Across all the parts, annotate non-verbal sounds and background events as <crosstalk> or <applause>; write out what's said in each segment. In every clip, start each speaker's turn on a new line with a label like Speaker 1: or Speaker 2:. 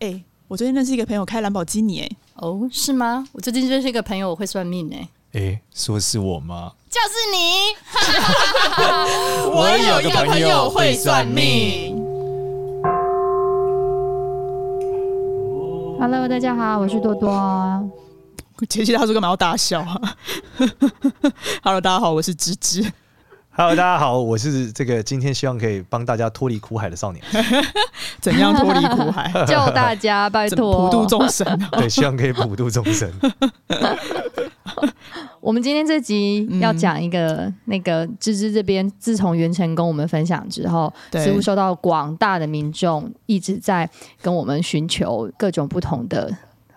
Speaker 1: 哎、我最近认识一个朋友开兰博基尼、哎，
Speaker 2: 哦，是吗？我最近认识一个朋友，我会算命哎、
Speaker 3: 哎、说是我吗？
Speaker 2: 就是你。
Speaker 3: 我有个朋友会算命。
Speaker 4: Hello，大家好，我是
Speaker 1: <laughs>
Speaker 4: 多多。
Speaker 1: 杰西他说干嘛要大笑啊 <laughs> ？Hello，大家好，我是芝芝。
Speaker 3: Hello，大家好，我是这个今天希望可以帮大家脱离苦海的少 <laughs> 年，
Speaker 1: 怎样脱离苦海？
Speaker 4: 救大家，拜
Speaker 1: 怎么
Speaker 4: 托！
Speaker 1: 普度众生
Speaker 4: <laughs>
Speaker 1: 啊？
Speaker 3: 对，希望可以普度众 <laughs> 生。
Speaker 4: 我们今天这集要讲一个、那个芝芝这边，自从袁成跟我们分享之后，
Speaker 1: 对
Speaker 4: 似乎受到广大的民众一直在跟我们寻求各种不同的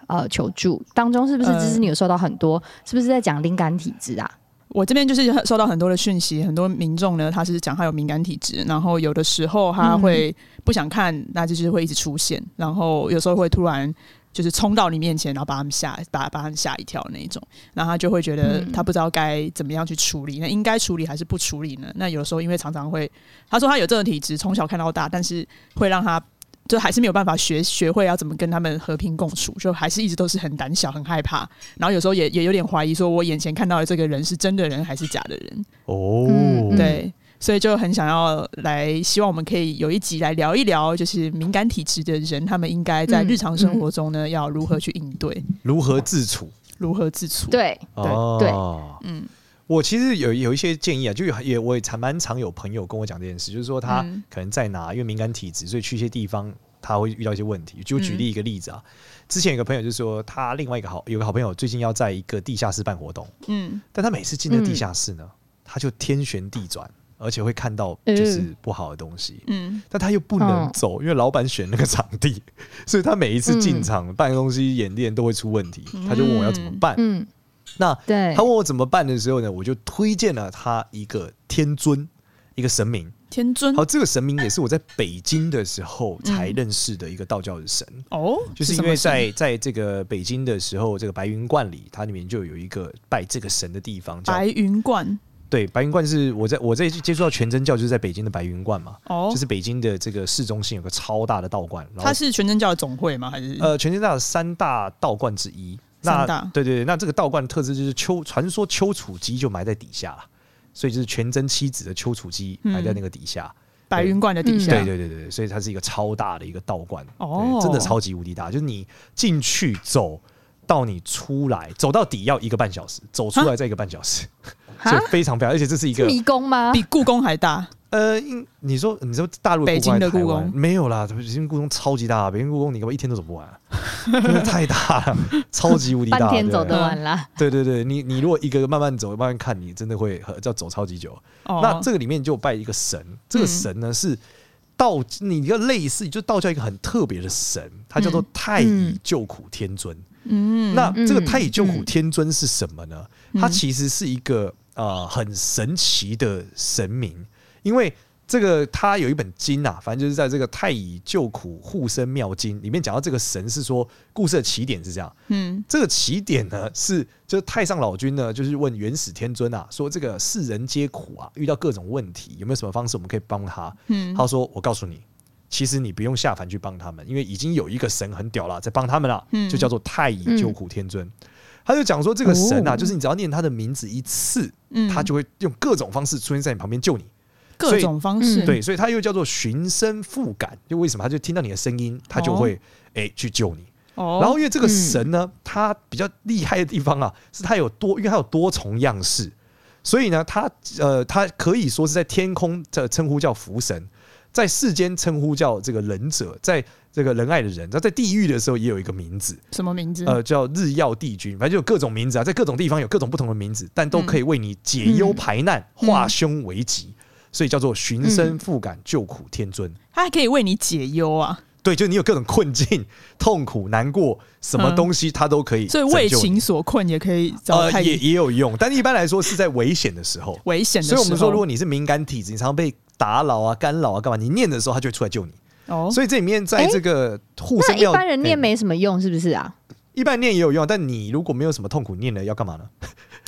Speaker 4: 呃求助，当中是不是
Speaker 1: 呃
Speaker 4: 芝芝你有受到很多？是不是在讲灵感体质啊？
Speaker 1: 我这边就是收到很多的讯息，很多民众呢，他是讲他有敏感体质，然后有的时候他会不想看，那就是会一直出现，然后有时候会突然就是冲到你面前，然后把他们吓，把把他们吓一跳那一种，然后他就会觉得
Speaker 4: 嗯
Speaker 1: 他不知道该怎么样去处理，那应该处理还是不处理呢？那有的时候因为常常会，他说他啊有这种体质，从小看到大，但是会让他。就还是没有办法学学会要怎么跟他们和平共处，就还是一直都是很胆小、很害怕，然后有时候也也有点怀疑，说我眼前看到的这个人是真的人还是假的人？
Speaker 3: 哦，
Speaker 4: 嗯
Speaker 1: 对，所以就很想要来，希望我们可以有一集来聊一聊，就是敏感体质的人，他们应该在
Speaker 4: 嗯
Speaker 1: 日常生活中呢，要如何去应对，
Speaker 3: 如何自处？
Speaker 1: 如何自处？，
Speaker 4: 对，对
Speaker 3: 哦，
Speaker 1: 嗯，
Speaker 3: 我其实有有一些建议啊，就有也我也常蛮常有朋友跟我讲这件事，就是说他
Speaker 1: 嗯
Speaker 3: 可能在哪，因为敏感体质，所以去一些地方他会遇到一些问题。就举例一个例子啊，之前有个朋友就说他另外一个好有个好朋友最近要在一个地下室办活动，
Speaker 1: 嗯，
Speaker 3: 但他每次进了地下室呢，他就天旋地转，而且会看到就是不好的东西。
Speaker 1: 嗯，
Speaker 3: 但他又不能
Speaker 4: 嗯
Speaker 3: 走，因为老板选那个场地，所以他每一次进
Speaker 4: 嗯
Speaker 3: 场办东西、演练都会出问题。他就问我要怎么办。
Speaker 4: 嗯，
Speaker 3: 那
Speaker 4: 对
Speaker 3: 他，问我怎么办的时候呢，我就推荐了他一个天尊，一个神明。
Speaker 1: 天尊
Speaker 3: 好，这个神明也是我在北京的时候才认识的一个道教的神，
Speaker 1: 哦，
Speaker 3: 就是
Speaker 1: 什
Speaker 3: 因
Speaker 1: 么
Speaker 3: 为
Speaker 1: 神
Speaker 3: 在在这个北京的时候，这个白云观里，它里面就有一个拜这个神的地方，叫
Speaker 1: 白云观
Speaker 3: 对白云观是我在我在接触到全真教就是在北京的白云观嘛，
Speaker 1: 哦，
Speaker 3: 就是北京的这个市中心有个超大的道观，然后
Speaker 1: 它是全真教的总会吗？还是
Speaker 3: 呃，全天大的三大道观之一。那
Speaker 1: 三大
Speaker 3: 对对对，那这个道观的特质就是丘，传说丘处机就埋在底下了，所以就是全真七子的丘处机埋在那个底下。
Speaker 1: 嗯白云观的底
Speaker 4: 嗯
Speaker 1: 下？
Speaker 3: 对对对对对，所以它是一个超大的一个道观，
Speaker 1: 哦
Speaker 3: 对真的超级无敌大，就是你进去走到你出来，走到底要一个半小时，走出来再一个半小时，
Speaker 4: 哈
Speaker 3: <laughs> 所以非常漂亮，而且这是一个
Speaker 4: 迷
Speaker 1: <laughs>
Speaker 4: 宫吗？
Speaker 1: 比故宫还大，
Speaker 3: 呃，应你说你说大陆
Speaker 1: 北京的
Speaker 3: 故宫
Speaker 1: 故
Speaker 3: 还是台湾
Speaker 1: 宫
Speaker 3: 没有啦，北京故宫超级大，北京故宫你根本一天都走不完啊， <laughs> 真的太大了， <laughs> 超级无敌大，
Speaker 4: <laughs> 半天
Speaker 3: 对
Speaker 4: 走得完
Speaker 1: <laughs>
Speaker 4: 啦。
Speaker 3: 对对对，你你如果一个慢慢走，慢慢看，你真的会呃要走超级久。
Speaker 1: 哦，嗯
Speaker 3: 那这个里面就有拜一个神，这个神呢是道，你一个类似就道教一个很特别的神，它叫做
Speaker 1: 嗯
Speaker 3: 太乙
Speaker 4: 嗯
Speaker 3: 救苦天尊。
Speaker 1: 嗯
Speaker 3: 那这个太乙救苦
Speaker 4: 嗯
Speaker 3: 天尊是什么呢？
Speaker 1: 嗯
Speaker 3: 它其实是一个呃很神奇的神明，因为这个他有一本经啊，反正就是在这个《太乙救苦护生妙经》里面讲到这个神是说，故事的起点是这样，
Speaker 1: 嗯
Speaker 3: 这个起点呢是就是太上老君呢就是问元始天尊啊，说这个世人皆苦啊，遇到各种问题，有没有什么方式我们可以帮他？
Speaker 1: 嗯，
Speaker 3: 他说：“我告诉你，其实你不用下凡去帮他们，因为已经有一个神很屌了，在帮他们了，
Speaker 1: 嗯
Speaker 3: 就叫做太乙救苦天尊。他就讲说，这个神啊，就是你只要念他的名字一次，
Speaker 1: 哦嗯
Speaker 3: 他就会用各种方式出现在你旁边救你。所
Speaker 1: 各
Speaker 3: 以
Speaker 1: 种方式，
Speaker 4: 嗯
Speaker 3: 对，所以他又叫做寻声复感，就为什么他就听到你的声音，他就会诶去救你。
Speaker 1: 哦，嗯
Speaker 3: 然后因为这个神呢，他比较厉害的地方啊，是他有多，因为他有多重样式，所以呢，他呃，他可以说是在天空的称呼叫福神，在世间称呼叫这个仁者，在这个仁爱的人，他在地狱的时候也有一个名字，
Speaker 1: 什么名字？
Speaker 3: 呃，叫日曜帝君，反正就有各种名字啊，在各种地方有各种不同的名字，但都可以为你解忧排难、
Speaker 1: 嗯
Speaker 3: 化凶为吉，所以叫做寻声复感、救苦天尊。
Speaker 1: 他还可以为你解忧啊，
Speaker 3: 对，就你有各种困境、痛苦、难过，什么
Speaker 1: 嗯
Speaker 3: 东西他都可以
Speaker 1: 所
Speaker 3: 拯
Speaker 1: 以
Speaker 3: 救你。
Speaker 1: 为情所困也可以找太
Speaker 3: 呃，
Speaker 1: 医
Speaker 3: 也也有用，但一般来说是在危险的时候。
Speaker 1: 危险的时
Speaker 3: 所以
Speaker 1: 候。
Speaker 3: 我们说，如果你是敏感体质，你常常被打扰啊、干扰啊、干嘛，你念的时候，他就会出来救你。
Speaker 1: 哦，
Speaker 3: 所以这里面在
Speaker 4: 诶
Speaker 3: 这个护
Speaker 4: 那
Speaker 3: 身
Speaker 4: 一
Speaker 3: 庙，
Speaker 4: 般人念
Speaker 3: 嗯
Speaker 4: 没什么用，是不是啊？
Speaker 3: 一般念也有用，但你如果没有什么痛苦，念了要干嘛呢？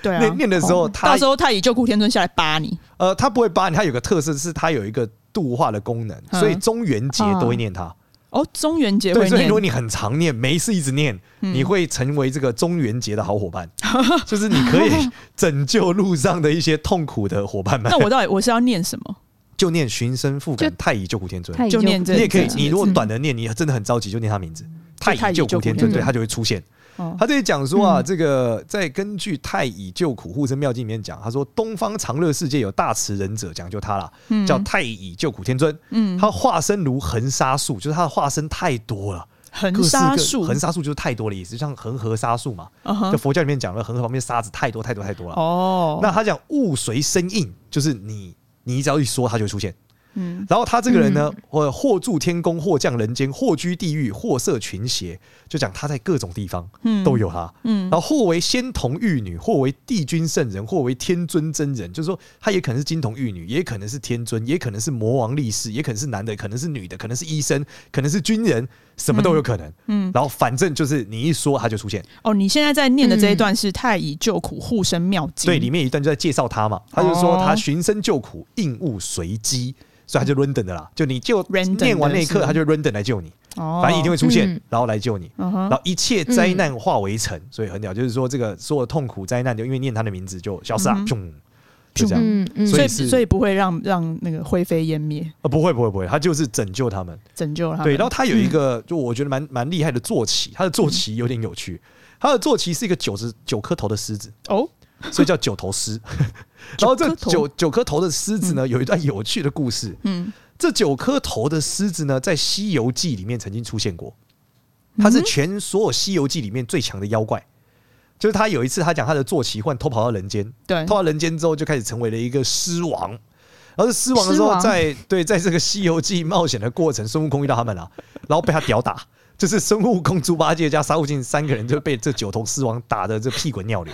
Speaker 1: 对啊
Speaker 3: 念，念的时候，
Speaker 1: 到
Speaker 3: 他
Speaker 1: 时候太乙救苦天尊下来扒你，
Speaker 3: 呃，他不会扒你，他有个特色是它有一个度化的功能，
Speaker 1: 嗯
Speaker 3: 所以中元节都会念它。
Speaker 1: 哦，中元节
Speaker 3: 对，
Speaker 1: 会
Speaker 3: 所以
Speaker 1: 念嗯
Speaker 3: 如果你很常念，没事一直念，你会成为这个中元节的好伙伴， <laughs> 就是你可以拯救路上的一些痛苦的伙伴们
Speaker 1: 那。我到底我是要念什么？
Speaker 3: <laughs> 就念寻声复感，太乙救苦天尊。
Speaker 4: 太乙
Speaker 1: 就念
Speaker 4: 苦
Speaker 1: 这
Speaker 3: 你也
Speaker 1: 个
Speaker 3: 可以，
Speaker 1: 字
Speaker 3: 你如果短的念，你真的很着急，就念他名字。太
Speaker 1: 嗯太
Speaker 3: 乙
Speaker 1: 乙
Speaker 3: 救苦
Speaker 1: 救苦
Speaker 3: 天
Speaker 1: 天
Speaker 3: 尊，对
Speaker 1: 尊
Speaker 3: 他就会出现。
Speaker 1: 哦
Speaker 3: 他这里讲说啊，
Speaker 1: 嗯
Speaker 3: 这个在根据《太乙救苦护身妙经》里面讲，他说东方长乐世界有大慈仁者，讲究他啦，叫太乙救苦天尊。
Speaker 1: 嗯，
Speaker 3: 他化身如恒沙数，就是他的化身太多了，
Speaker 1: 横
Speaker 3: 各式
Speaker 1: 沙
Speaker 3: 各
Speaker 1: 数，
Speaker 3: 恒沙数就是太多的意思，就像恒河沙数嘛。
Speaker 1: 嗯
Speaker 3: 就
Speaker 1: 哼，
Speaker 3: 佛教里面讲了，恒河旁边沙子太多太多太多了。
Speaker 1: 哦，
Speaker 3: 啊那他讲物随身应，就是你你只要一说，它就会出现。
Speaker 1: 嗯
Speaker 3: 然后他这个人呢，或或住天宫，或降人间，或居地狱，或摄群邪，就讲他在各种地方
Speaker 1: 嗯
Speaker 3: 都有他。
Speaker 1: 嗯
Speaker 3: 然后或为仙童玉女，或为帝君圣人，或为天尊真人，就是说他也可能是金童玉女，也可能是天尊，也可能是魔王力士，也可能是男的，可能是女的，可能是医生，可能是军人，什么都有可能。
Speaker 1: 嗯，
Speaker 3: 然后反正就是你一说他就出现，
Speaker 1: 哦，你现在在念的这一段是太乙救苦护身妙经，
Speaker 3: 对，里面一段就在介绍他嘛，他就说
Speaker 1: 哦
Speaker 3: 他寻声救苦，应物随机，所以他就 random 的啦，就你就
Speaker 1: Random
Speaker 3: 念完那一
Speaker 1: 的
Speaker 3: 刻，
Speaker 1: 是
Speaker 3: 他就 random 来救你，
Speaker 1: 哦，
Speaker 3: 反正一定会出现
Speaker 4: 嗯，
Speaker 3: 然后来救你，
Speaker 1: 嗯
Speaker 3: 然
Speaker 1: 哼，
Speaker 3: 后一切灾难化为尘，
Speaker 1: 嗯
Speaker 3: 所以很屌，就是说这个所有痛苦灾难就因为念他的名字就消失了，
Speaker 1: 嗯哼
Speaker 3: 砰，就这样，
Speaker 4: 嗯嗯，
Speaker 3: 所
Speaker 1: 所
Speaker 3: 以
Speaker 1: 以
Speaker 3: 是
Speaker 1: 所以不会让让那个灰飞烟灭，
Speaker 3: 啊不会不会不会，他就是拯救他们，
Speaker 1: 拯救了他们。
Speaker 3: 对，然后他有一个就我觉得蛮蛮厉害的坐骑，他的坐骑有点有趣，他的坐骑是一个九十九颗头的狮子，
Speaker 1: 哦，
Speaker 3: 所以叫九头
Speaker 1: <laughs>
Speaker 3: 狮。然后这
Speaker 1: 九颗头
Speaker 3: 九九颗头的狮子呢，有一段有趣的故事。
Speaker 1: 嗯
Speaker 3: 这九颗头的狮子呢，在《西游记》里面曾经出现过，
Speaker 1: 嗯
Speaker 3: 它是全所有《西游记》里面最强的妖怪。就是他有一次，他讲他的坐骑换偷跑到人间，
Speaker 1: 对
Speaker 3: 偷，到人间之后就开始成为了一个狮王。然后这狮王的时
Speaker 4: 狮
Speaker 3: 候
Speaker 4: 王
Speaker 3: 在，对在这个《西游记》冒险的过程，孙悟空遇到他们了、然后被他屌打，就是孙悟空、猪八戒加沙悟净三个人就被这九头狮王打的这屁滚尿流，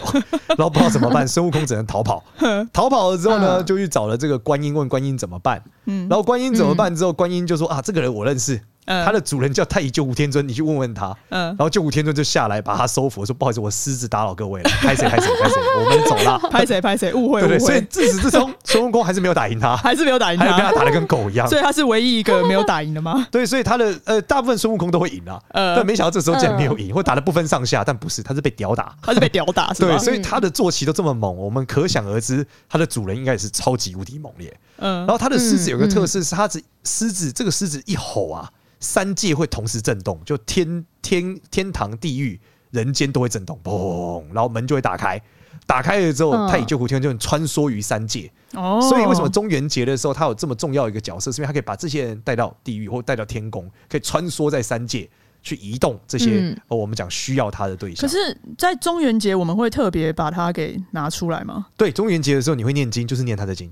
Speaker 3: 然后不知道怎么办，孙悟空只能逃
Speaker 1: <laughs>
Speaker 3: 跑。逃跑了之后呢，
Speaker 4: 嗯
Speaker 3: 就去找了这个观音，问观音怎么办。
Speaker 1: 嗯
Speaker 3: 然后观音怎么办之后，观音就说啊，这个人我认识，
Speaker 1: 嗯
Speaker 3: 他的主人叫太乙救苦天尊，你去问问他。
Speaker 1: 嗯
Speaker 3: 然，后救苦天尊就下来把他收服，说不好意思，我狮子打扰各位了，拍谁拍谁拍谁，我们走了。
Speaker 1: 拍谁拍谁，误会误
Speaker 3: 对对，所以
Speaker 1: 会，
Speaker 3: 自始至终，孙悟空还是没有打
Speaker 1: <laughs>
Speaker 3: 赢他，还
Speaker 1: 还是没有打赢
Speaker 3: 有被他
Speaker 1: 他，
Speaker 3: 打的跟狗一样
Speaker 1: 所。以他是唯一一个没有打赢的吗？ <laughs>
Speaker 3: 对，所以他的呃，大部分孙悟空都会赢啊，
Speaker 1: 呃
Speaker 3: 但没想到这时候竟然没有赢，或打的不分上下，但不是，他是被屌打。
Speaker 1: 他是被屌打是吧嗯
Speaker 3: 对，？所以他的坐骑都这么猛，我们可想而知，他的主人应该也是超级无敌猛烈。
Speaker 1: 嗯
Speaker 3: 然，后他的狮子有个
Speaker 4: 嗯
Speaker 3: 特色是，它只狮子这个狮子一吼啊，三界会同时震动，就天天天堂、地狱、人间都会震动，砰，然后门就会打开。打开了之后，
Speaker 4: 嗯
Speaker 3: 太乙救苦天尊就穿梭于三界，
Speaker 1: 哦
Speaker 3: 所以为什么中元节的时候，他有这么重要一个角色，是因为他可以把这些人带到地狱或带到天宫，可以穿梭在三界去移动这些、
Speaker 4: 嗯
Speaker 3: 哦、我们讲需要他的对
Speaker 1: 可
Speaker 3: 象。
Speaker 1: 是，在中元节我们会特别把它给拿出来吗？
Speaker 3: 对，中元节的时候你会念经，就是念他的经。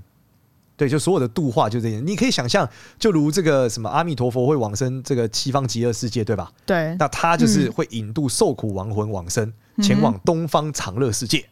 Speaker 3: 对，就所有的度化就这些，你可以想象，就如这个什么阿弥陀佛会往生这个西方极乐世界，对吧？
Speaker 1: 对，
Speaker 3: 那他就是会引渡受苦亡魂往生，
Speaker 1: 嗯哼
Speaker 3: 前往东方长乐世界。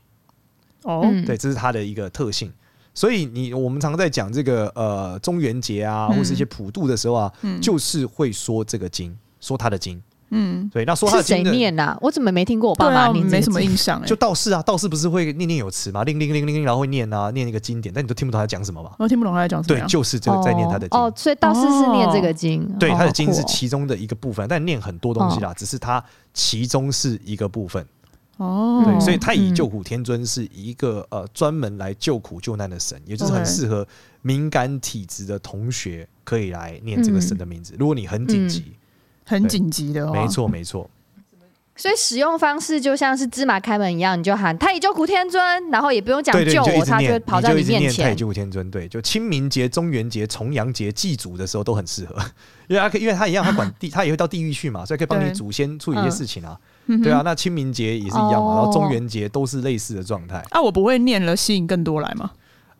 Speaker 1: 哦，
Speaker 4: 嗯
Speaker 3: 对，这是他的一个特性。所以你我们常在讲这个呃中元节啊，
Speaker 1: 嗯
Speaker 3: 或是一些普渡的时候啊，
Speaker 1: 嗯
Speaker 3: 就是会说这个经，说他的经。
Speaker 1: 嗯，
Speaker 3: 对，那说他
Speaker 4: 是
Speaker 3: 的
Speaker 4: 谁
Speaker 3: 经的，
Speaker 4: 念呐？我怎么没听过我
Speaker 1: 对
Speaker 4: 爸
Speaker 1: 啊，
Speaker 4: 妈念这个
Speaker 1: 没什么
Speaker 4: 字
Speaker 1: 印象哎、
Speaker 3: 就道士啊，道士不是会念念有词嘛，令令令令令，然后会念啊，念一个经典，但你都听不懂他在讲什么嘛。
Speaker 1: 哦我听不懂他在讲什么
Speaker 3: 对，
Speaker 1: 呀。
Speaker 3: 就是这个在念他的经。
Speaker 4: 哦，哦所以道士是念这个经，
Speaker 3: 对，
Speaker 4: 哦
Speaker 3: 他的经是
Speaker 4: 好酷哦哦
Speaker 3: 其中的一个部分，但念很多东西啦，只是它其中是一个部分。
Speaker 1: 哦，
Speaker 3: 对，
Speaker 4: 嗯
Speaker 3: 所以太乙
Speaker 4: 嗯
Speaker 3: 救苦天尊是一个呃专门来救苦救难的神，也就是很
Speaker 1: OK
Speaker 3: 适合敏感体质的同学可以来念
Speaker 4: 嗯
Speaker 3: 这个神的名字。如果你很紧急，
Speaker 1: 很紧急的、哦，
Speaker 3: 没。错没错，
Speaker 4: 所以使用方式就像是芝麻开门一样，你就喊“太乙救苦天尊”，然后也不用讲
Speaker 3: 对对，
Speaker 4: 救
Speaker 3: 你就一
Speaker 4: 我，
Speaker 3: 直
Speaker 4: 他就会
Speaker 3: 念，
Speaker 4: 跑
Speaker 3: 你
Speaker 4: 到
Speaker 3: 就
Speaker 4: 你
Speaker 3: 一直
Speaker 4: 面
Speaker 3: 念太乙
Speaker 4: 前。
Speaker 3: 救苦天尊。对，就清明节、中元节、重阳节祭祖的时候都很适合， <laughs> 因为他可以因为他一样，他
Speaker 4: <laughs>
Speaker 3: 管地，他也会到地狱去嘛，所以可以帮你
Speaker 1: 对
Speaker 3: 祖先处理一些
Speaker 4: 嗯
Speaker 3: 事情啊。
Speaker 1: 嗯哼
Speaker 3: 对啊，那清明节也是一样嘛，
Speaker 4: 哦
Speaker 3: 然后中元节都是类似的状态。
Speaker 1: 啊，我不会念了，吸引更多来嘛，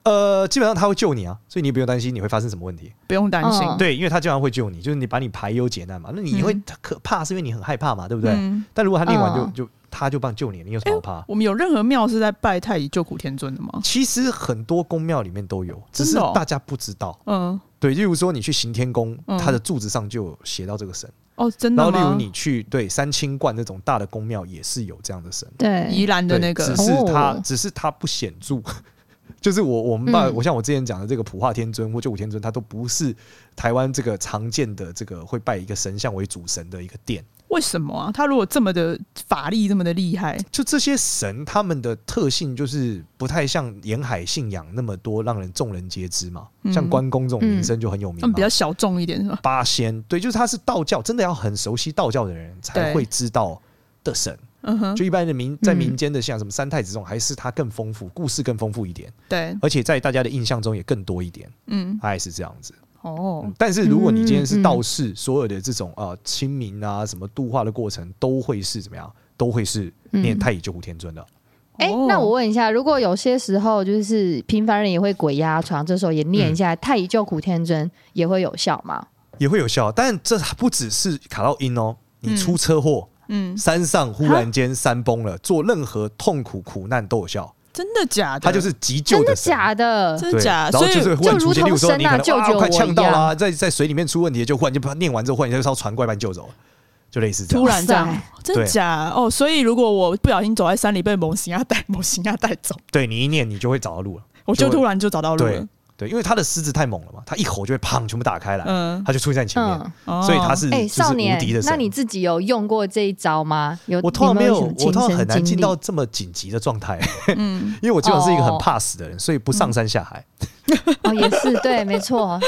Speaker 3: 呃，基本上他会救你啊，所以你不用担心你会发生什么问题。
Speaker 1: 不用担心。
Speaker 4: 嗯
Speaker 3: 哦对，因为他经常会救你，就是你把你排忧解难嘛。那你会
Speaker 1: 嗯
Speaker 3: 可怕是因为你很害怕嘛，对不对？
Speaker 1: 嗯
Speaker 3: 但如果他念完就、
Speaker 4: 嗯
Speaker 3: 就他就帮你救你，你有什么好怕？
Speaker 1: 我们有任何庙是在拜太乙救苦天尊的吗？
Speaker 3: 其实很多宫庙里面都有，只
Speaker 1: 真
Speaker 3: 是
Speaker 1: 的哦
Speaker 3: 大家不知道。
Speaker 1: 嗯，
Speaker 3: 对，例如说你去行天宫，
Speaker 1: 嗯
Speaker 3: 它的柱子上就有写到这个神。
Speaker 1: 哦，真
Speaker 3: 然
Speaker 1: 的
Speaker 3: 后例
Speaker 1: 吗？
Speaker 3: 如你去对三清观那种大的宫庙，也是有这样的神。
Speaker 4: 对，
Speaker 1: 宜兰的
Speaker 3: 对
Speaker 1: 那个
Speaker 3: 只是它
Speaker 4: 哦
Speaker 3: 只是它不显著， <laughs> 就是我我们爸，
Speaker 4: 嗯
Speaker 3: 我像我之前讲的这个普化天尊或就武天尊，他都不是台湾这个常见的这个会拜一个神像为主神的一个殿。
Speaker 1: 为什么啊？他如果这么的法力这么的厉害，
Speaker 3: 就这些神，他们的特性就是不太像沿海信仰那么多，让人众人皆知嘛。
Speaker 1: 嗯
Speaker 3: 像关公这种名声就很有名
Speaker 1: 他
Speaker 3: 嘛。
Speaker 1: 们比较小众一点是吧？
Speaker 3: 八仙，对，就是他是道教，真的要很熟悉道教的人才
Speaker 1: 对
Speaker 3: 会知道的神。
Speaker 1: 嗯哼，
Speaker 3: 就一般的民在民间的像什么三太子这种，还是它更丰富，故事更丰富一点，
Speaker 1: 对，
Speaker 3: 而且在大家的印象中也更多一点，
Speaker 1: 嗯，
Speaker 3: 大概是这样子。
Speaker 1: 哦
Speaker 3: 嗯，但是如果你今天
Speaker 4: 嗯
Speaker 3: 是
Speaker 4: 嗯
Speaker 3: 道士，所有的这种啊清明啊什么度化的过程，都会是怎么样？都会是念
Speaker 4: 嗯
Speaker 3: 太乙救苦天尊的。
Speaker 4: 哎、
Speaker 1: 哦
Speaker 4: 那我问一下，如果有些时候就是平凡人也会鬼压床，这时候也念一下、
Speaker 3: 嗯
Speaker 4: 太乙救苦天尊，也会有效吗？
Speaker 3: 也会有效，但这不只是卡到音哦，你
Speaker 1: 嗯
Speaker 3: 出车祸、
Speaker 1: 嗯，
Speaker 3: 山上忽然间山崩了，做任何痛苦苦难都有效，
Speaker 1: 真的假的？
Speaker 3: 它就是急救
Speaker 4: 真的
Speaker 3: 神
Speaker 4: 假的？
Speaker 1: 真
Speaker 3: 对
Speaker 1: 的，假
Speaker 3: 然
Speaker 1: 的？
Speaker 3: 后
Speaker 1: 所以
Speaker 3: 就是忽然出现，
Speaker 4: 就
Speaker 3: 例
Speaker 4: 如
Speaker 3: 如
Speaker 4: 同
Speaker 3: 说你可能
Speaker 4: 神啊
Speaker 3: 哇
Speaker 4: 救救
Speaker 3: 快
Speaker 4: 我
Speaker 3: 呛到
Speaker 4: 一样
Speaker 3: 啦，在在水里面出问题，就忽然就把它念完之后，忽然就烧船过来把你救走，就类似这
Speaker 1: 突
Speaker 3: 样。
Speaker 1: 然这样
Speaker 4: 哇塞，
Speaker 1: 真假哦？所以如果我不小心走在山里被某型亚带某型亚带
Speaker 3: <laughs>
Speaker 1: 走，
Speaker 3: 对你一念，你就会找到路了。
Speaker 1: 我
Speaker 3: 就
Speaker 1: 就
Speaker 3: 会
Speaker 1: 突然就找到路
Speaker 3: 对
Speaker 1: 了。
Speaker 3: 对，因为它的狮子太猛了嘛，它一口就会砰全部打开来，
Speaker 1: 嗯，
Speaker 3: 它就出现在你前面，
Speaker 4: 嗯，
Speaker 1: 哦
Speaker 3: 所以它是
Speaker 4: 哎、
Speaker 3: 就是
Speaker 4: 少年
Speaker 3: 无敌的，神。
Speaker 4: 那你自己有用过这一招吗？有，
Speaker 3: 我通常
Speaker 4: 你
Speaker 3: 没
Speaker 4: 有
Speaker 3: 有，
Speaker 4: 什么
Speaker 3: 我
Speaker 4: 亲
Speaker 3: 通常
Speaker 4: 身
Speaker 3: 很难
Speaker 4: 经
Speaker 3: 进
Speaker 4: 历
Speaker 3: 到这么紧急的状态，
Speaker 1: 嗯，
Speaker 3: <laughs> 因为我基本上是一个很
Speaker 4: 哦
Speaker 3: 怕死的人，所以不上山下海。
Speaker 4: 哦，也是对，
Speaker 3: <laughs>
Speaker 4: 没错。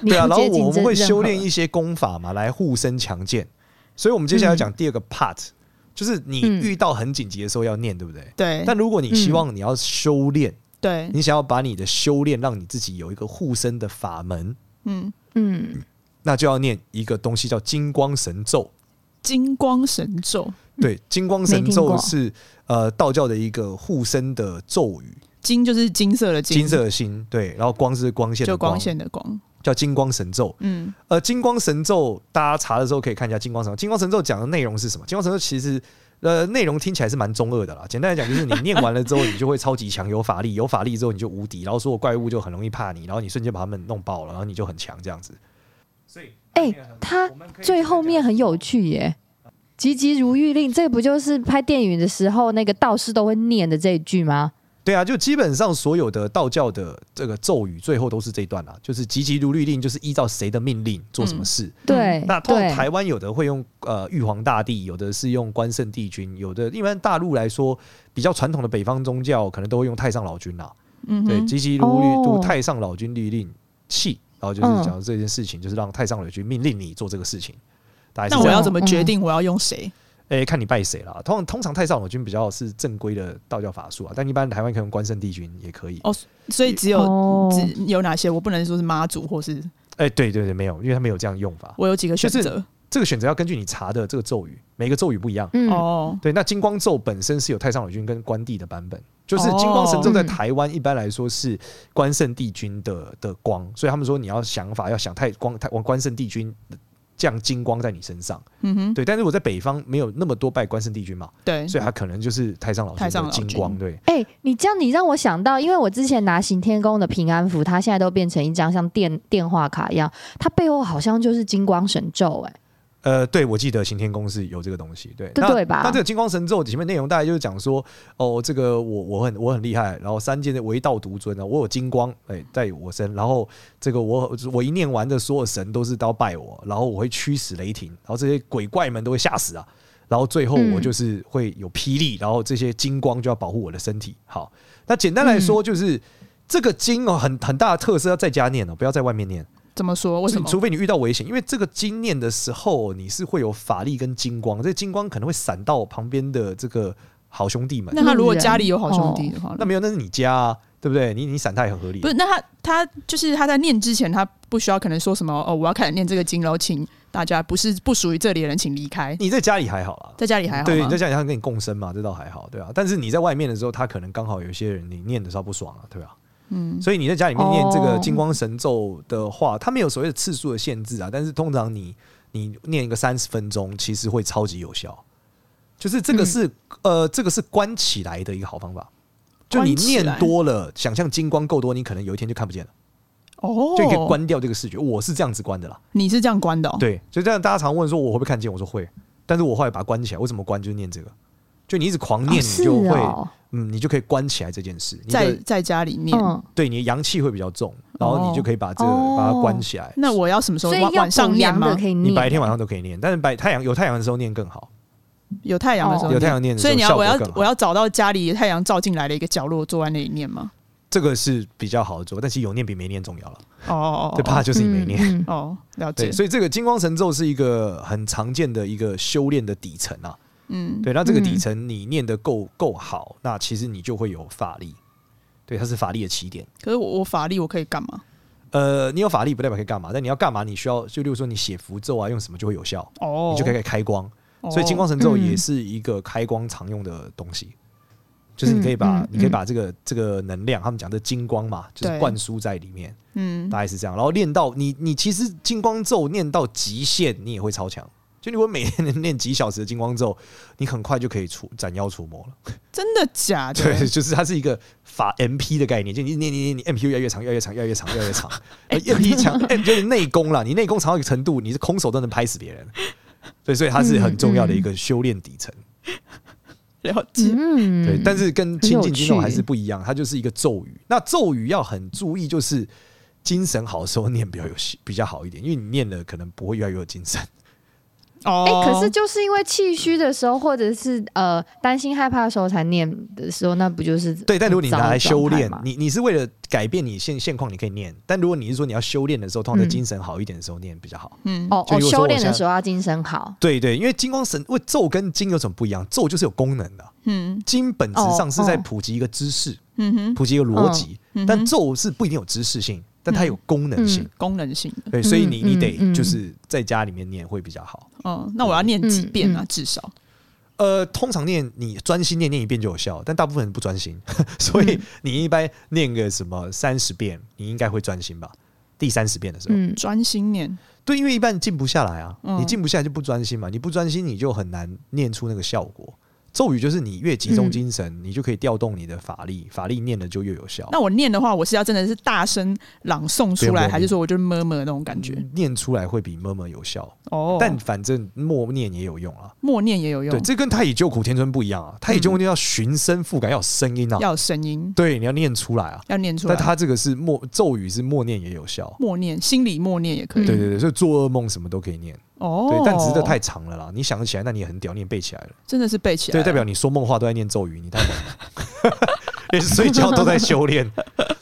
Speaker 4: 你
Speaker 3: 对啊，
Speaker 4: 不
Speaker 3: 然后
Speaker 4: 接近
Speaker 3: 我
Speaker 4: 这
Speaker 3: 们会
Speaker 4: 任
Speaker 3: 修
Speaker 4: 何
Speaker 3: 炼一些功法嘛，来护身强健。所以我们接下来要讲第二个 part，、就是你
Speaker 4: 嗯
Speaker 3: 遇到很紧急的时候要念，对不对？
Speaker 1: 对
Speaker 3: 但如果你希望你要修炼，
Speaker 1: 对，
Speaker 3: 你想要把你的修炼让你自己有一个护身的法门，
Speaker 1: 嗯，
Speaker 4: 嗯，
Speaker 3: 那就要念一个东西叫金光神咒。
Speaker 1: 金光神咒，
Speaker 3: 对，金光
Speaker 4: 没
Speaker 3: 神
Speaker 4: 听
Speaker 3: 咒
Speaker 4: 过
Speaker 3: 是呃道教的一个护身的咒语，
Speaker 1: 金就是金色的
Speaker 3: 金色的心，对，然后光是光线的
Speaker 1: 就
Speaker 3: 光，
Speaker 1: 光线的光，
Speaker 3: 叫金光神咒。
Speaker 1: 嗯
Speaker 3: 呃，金光神咒，大家查的时候可以看一下金光神咒。金光神咒讲的内容是什么？金光神咒其实呃内容听起来是蛮中二的啦。简单来讲，就是你念完了之后，你就会超级强，有法力，有 <laughs> 法力之后你就无敌，然后所有怪物就很容易怕你，然后你瞬间把他们弄爆了，然后你就很强这样子。所以，
Speaker 4: 哎它最后面很有趣耶，“急急如律令”，这不就是拍电影的时候那个道士都会念的这一句吗？
Speaker 3: 对啊，就基本上所有的道教的这个咒语，最后都是这一段啦，就是急急如律令，就是依照谁的命令做什么事。
Speaker 4: 对，
Speaker 3: 嗯那通常
Speaker 4: 哎对，
Speaker 3: 台湾有的会用呃玉皇大帝，有的是用关圣帝君，有的一般大陆来说比较传统的北方宗教，可能都会用太上老君啦、
Speaker 1: 嗯
Speaker 3: 对，
Speaker 1: 哼，
Speaker 3: 积极如律
Speaker 4: 哦
Speaker 3: 读太上老君律令器，然后就是讲到这件事情，就是让太上老君命令你做这个事情。大概
Speaker 1: 那
Speaker 3: 是
Speaker 1: 我
Speaker 3: 这
Speaker 1: 要
Speaker 3: 样，
Speaker 1: 怎么决定我要用谁？
Speaker 3: 哎、看你拜谁啦。通常通常太上老君比较是正规的道教法术啊，但一般台湾可以用关圣帝君也可以。
Speaker 1: 哦所以只有
Speaker 3: 嗯
Speaker 4: 哦
Speaker 1: 只有哪些？我不能说是妈祖，或是
Speaker 3: 哎、对对对，没有，因为他没有这样用法。
Speaker 1: 我有几个选择
Speaker 3: 这个选择要根据你查的这个咒语，每个咒语不一样。
Speaker 4: 嗯，
Speaker 1: 哦。
Speaker 3: 对，那金光咒本身是有太上老君跟关帝的版本，就是
Speaker 1: 哦
Speaker 3: 金光神咒在台湾一般来说是关圣帝君的的光，所以他们说你要想法要想太光太往关圣帝君降金光在你身上。
Speaker 1: 嗯哼，
Speaker 3: 对，但是我在北方没有那么多拜关圣帝君嘛，
Speaker 1: 对，
Speaker 3: 所以他可能就是太上老君
Speaker 1: 太上
Speaker 3: 的
Speaker 1: 老
Speaker 3: 金
Speaker 1: 君
Speaker 3: 光。对，
Speaker 4: 哎、你这样你让我想到，因为我之前拿行天宫的平安符，它现在都变成一张像电电话卡一样，它背后好像就是金光神咒、哎，
Speaker 3: 呃，对，我记得行天宫是有这个东西，对，
Speaker 4: 对
Speaker 3: 那
Speaker 4: 对吧
Speaker 3: 那这个金光神咒前面内容大概就是讲说，哦，这个我我很我很厉害，然后三界的唯道独尊啊，我有金光，哎、在我身，然后这个我我一念完的所有神都是都要拜我，然后我会驱使雷霆，然后这些鬼怪们都会吓死啊，然后最后
Speaker 4: 嗯
Speaker 3: 我就是会有霹雳，然后这些金光就要保护我的身体。好，那简单来
Speaker 4: 嗯
Speaker 3: 说就是。这个金哦，很很大的特色要在家念哦，不要在外面念。
Speaker 1: 怎么说？为什么？
Speaker 3: 除非你遇到危险，因为这个经念的时候，你是会有法力跟金光，这金光可能会闪到旁边的这个好兄弟们。
Speaker 1: 那他如果家里有好兄弟的话，
Speaker 3: 那没有，那是你家、啊，对不对？你你闪他也很合理
Speaker 1: 哦嗯不。是？那他他就是他在念之前，他不需要可能说什么哦，我要开始念这个经然后请大家不是不属于这里的人，请离开。
Speaker 3: 你在家里还好啦，
Speaker 1: 在家里还好
Speaker 3: 对，
Speaker 1: 吗
Speaker 3: 你在？家里他跟你共生嘛，这倒还好，对啊。但是你在外面的时候，他可能刚好有些人你念的时候不爽啊，对吧、
Speaker 1: 嗯，
Speaker 3: 所以你在家里面念这个
Speaker 4: 哦
Speaker 3: 金光神咒的话，它没有所谓的次数的限制啊，但是通常你你念一个三十分钟，其实会超级有效。就是
Speaker 1: 嗯
Speaker 3: 这个是、呃，这个是关起来的一个好方法。就你
Speaker 1: 关起
Speaker 3: 念
Speaker 1: 来
Speaker 3: 多了，想象金光够多，你可能有一天就看不见了，
Speaker 1: 哦，
Speaker 3: 就你可以关掉这个视觉。我是这样子关的啦，
Speaker 1: 你是这样关的、哦？，
Speaker 3: 对，所以这样大家常问说我会不会看见，我说会，但是我后来把它关起来，为什么关？就是念这个，就你一直狂
Speaker 4: 哦
Speaker 3: 念，你
Speaker 4: 是
Speaker 3: 就会、
Speaker 4: 哦，
Speaker 3: 嗯，你就可以关起来这件事。你
Speaker 1: 在
Speaker 3: 的
Speaker 1: 在家里念。
Speaker 4: 嗯，
Speaker 3: 对你的阳气会比较重，然后你就可以把这个、
Speaker 4: 哦
Speaker 3: 把它关起来。
Speaker 1: 那我要什么时候
Speaker 4: 所以
Speaker 1: 晚
Speaker 4: 要
Speaker 1: 晚上
Speaker 4: 补
Speaker 1: 念
Speaker 4: 阳
Speaker 1: 吗
Speaker 4: 的？可以念，
Speaker 3: 你白天晚上都可以念，但是白太阳有太阳的时候念更好，
Speaker 1: 有太阳的时候
Speaker 4: 哦
Speaker 1: 念，
Speaker 3: 有太阳念的时
Speaker 1: 所
Speaker 3: 候
Speaker 1: 以你要
Speaker 3: 效
Speaker 1: 我
Speaker 3: 果
Speaker 1: 要
Speaker 3: 更好
Speaker 1: 我要找到家里太阳照进来的一个角落，坐在那里念吗？
Speaker 3: 这个是比较好的做，但是有念比没念重要了。
Speaker 1: 哦哦哦，
Speaker 3: 最怕就是你没念。
Speaker 4: 嗯嗯
Speaker 1: 哦，了解
Speaker 3: 对，。所以这个金光神咒是一个很常见的一个修炼的底层啊。
Speaker 1: 嗯，
Speaker 3: 对，那这个底层你念得够够好，那其实你就会有法力。对，它是法力的起点。
Speaker 1: 可是我我法力我可以干嘛？
Speaker 3: 呃，你有法力不代表可以干嘛，但你要干嘛，你需要就例如说你写符咒啊，用什么就会有效，
Speaker 1: 哦，
Speaker 3: 你就可以开开光。
Speaker 1: 哦。
Speaker 3: 所以金光神咒也
Speaker 4: 嗯
Speaker 3: 是一个开光常用的东西，就是你可以把、
Speaker 4: 嗯嗯
Speaker 3: 你可以把这个这个能量，他们讲的金光嘛，就是
Speaker 1: 对
Speaker 3: 灌输在里面，
Speaker 1: 嗯
Speaker 3: 大概是这样。然后练到你你其实金光咒念到极限，你也会超强。就如果每天 <laughs> 能练几小时的金光咒，你很快就可以出斩妖除魔了。
Speaker 1: 真的
Speaker 4: 啊
Speaker 1: 假的？
Speaker 3: 对，就是它是一个法 MP 的概念，就你念念念，你 MP 越来越长，越来越长，越来越长，越来越长。呃
Speaker 4: <laughs>
Speaker 3: MP 强，哎就是内功啦，你内功长到一个程度，你是空手都能拍死别人。对，所以它是很重要的一个修炼底层。
Speaker 1: 了解。
Speaker 3: <laughs>
Speaker 4: 嗯，
Speaker 3: 对，但是跟亲近经咒
Speaker 4: 很有趣
Speaker 3: 还是不一样，它就是一个咒语。那咒语要很注意，就是精神好的时候念比较有比较好一点，因为你念了可能不会越来越有精神。 <laughs>
Speaker 1: 哦，
Speaker 4: 哎、可是就是因为气虚的时候，或者是呃担心害怕的时候才念的时候，那不就是
Speaker 3: 对，但如果你
Speaker 4: 很糟
Speaker 3: 拿
Speaker 4: 的
Speaker 3: 来
Speaker 4: 状
Speaker 3: 修
Speaker 4: 态
Speaker 3: 炼
Speaker 4: 吗，
Speaker 3: 你你是为了改变你现现况，你可以念。但如果你是说你要修炼的时候，通常在
Speaker 4: 嗯
Speaker 3: 精神好一点的时候念比较好。
Speaker 1: 嗯
Speaker 4: 哦
Speaker 3: 就
Speaker 4: 哦，
Speaker 3: 如果说
Speaker 4: 修
Speaker 3: 我
Speaker 4: 炼
Speaker 3: 现
Speaker 4: 的
Speaker 3: 在
Speaker 4: 时候要精神好，
Speaker 3: 对对，因为金光神，因为咒跟经有什么不一样？咒就是有功能的，
Speaker 1: 嗯
Speaker 3: 经本质上是在
Speaker 4: 哦哦
Speaker 3: 普及一个知识，
Speaker 1: 嗯哼，
Speaker 3: 普及一个逻辑，
Speaker 1: 嗯哼
Speaker 3: 但咒是不一定有知识性，但它有功能性。
Speaker 1: 功能性的。
Speaker 3: 对，所以你
Speaker 4: 嗯
Speaker 3: 你得
Speaker 4: 嗯
Speaker 3: 就是在家里面念会比较好。
Speaker 1: 嗯，那我要念几遍啊？
Speaker 4: 嗯
Speaker 1: 至少
Speaker 3: 呃，通常念你专心念念一遍就有效，但大部分人不专心， <laughs> 所
Speaker 4: 嗯
Speaker 3: 以你一般念个什么三十遍，你应该会专心吧？第三十遍的时候，
Speaker 4: 嗯，
Speaker 1: 专心念。
Speaker 3: 对，因为一般静不下来啊，
Speaker 1: 嗯
Speaker 3: 你静不下来就不专心嘛，你不专心你就很难念出那个效果。咒语就是你越集
Speaker 1: 嗯
Speaker 3: 中精神，你就可以调动你的法力，法力念的就越有效。
Speaker 1: 那我念的话，我是要真的是大声朗诵出
Speaker 3: 不用不
Speaker 1: 来，
Speaker 3: 用
Speaker 1: 还是说我就是么么那种感觉？
Speaker 3: 嗯念出来会比默默有效，
Speaker 1: 哦，
Speaker 3: 但反正默念也有用啊。
Speaker 1: 默念也有用
Speaker 3: 对，，这跟太乙救苦天尊不一样啊，太乙救苦天尊要寻声复感，要有声音啊，
Speaker 1: 要有声音，
Speaker 3: 对，你要念出来啊。
Speaker 1: 要念出来
Speaker 3: 但。他这个是默咒语是默念也有效，
Speaker 1: 默念，心里默念也可以。
Speaker 3: 对对对，所以做噩梦什么都可以念，
Speaker 1: 嗯哦，
Speaker 3: 对，但只是这太长了啦，你想得起来，那你也很屌，你也背起来了，
Speaker 1: 真的是背起来
Speaker 3: 对，
Speaker 1: 了，
Speaker 3: 代表你说梦话都在念咒语，你太猛了， <laughs> 连睡觉都在
Speaker 1: <laughs>
Speaker 3: 修炼，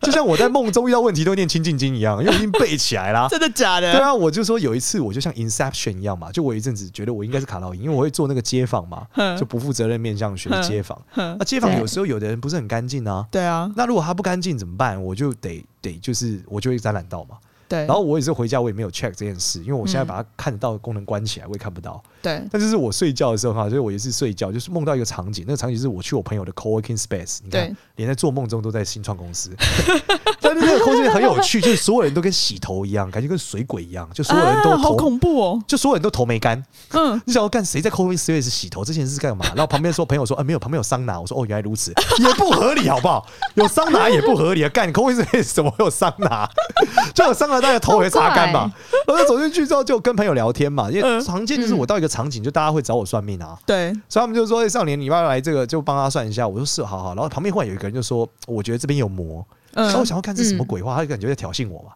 Speaker 3: 就像我在梦中遇到问题都念清净经一样，因为我已经背起来啦。
Speaker 1: <laughs> <laughs> 真的假
Speaker 3: 对
Speaker 1: 的？
Speaker 3: 啊，我就说有一次，我就像 Inception 一样嘛，就我有一阵子觉得我应该是卡到音，因为我会做那个街访嘛，
Speaker 1: <laughs> 哼
Speaker 3: 就不负责任面向学
Speaker 1: 嗯
Speaker 3: 街访。
Speaker 1: 哼
Speaker 3: 那街访
Speaker 4: 对
Speaker 3: 有时候有的人不是很干净啊，
Speaker 1: 对啊，
Speaker 3: 那如果他不干净怎么办？我就得得就是我就会沾染到嘛。
Speaker 1: 对，嗯
Speaker 3: 然后我也是回家我也没有 check 这件事，因为我现在把它看得到的功能关起来，我也看不到。
Speaker 1: 对，
Speaker 3: 但就是我睡觉的时候哈，就是我也是睡觉，就是梦到一个场景，那个场景是我去我朋友的 co-working space，你看
Speaker 1: 对
Speaker 3: 连在做梦中都在新创公司， <laughs> 但是那个空间很有趣，就是所有人都跟洗头一样，感觉跟水鬼一样，就所有人都
Speaker 1: 啊好
Speaker 3: 头，
Speaker 1: 恐怖哦，
Speaker 3: 就所有人都头没干。
Speaker 1: 嗯，
Speaker 3: 你想要干谁在 co-working space 洗头？这些人是干嘛？然后旁边说朋友说，啊没有，旁边有桑拿。我说哦，原来如此，也不合理，好不好？有桑拿也不合理啊！干 co-working space 怎么会有桑拿？就有桑拿，大家头会擦干吧。然后走进去之后，就跟朋友聊天嘛，因为
Speaker 1: 嗯
Speaker 3: 常见就是我到一个场景，就大家会找我算命啊。
Speaker 1: 对，
Speaker 3: 所以他们就说：“哎，少年，你要不要来这个，就帮他算一下。”我说：“是，好好。”然后旁边忽然有一个人就说：“我觉得这边有魔。”然后我
Speaker 1: 嗯，
Speaker 3: 想要看这是什么鬼话，他就感觉在挑衅
Speaker 1: <laughs>
Speaker 3: 我嘛。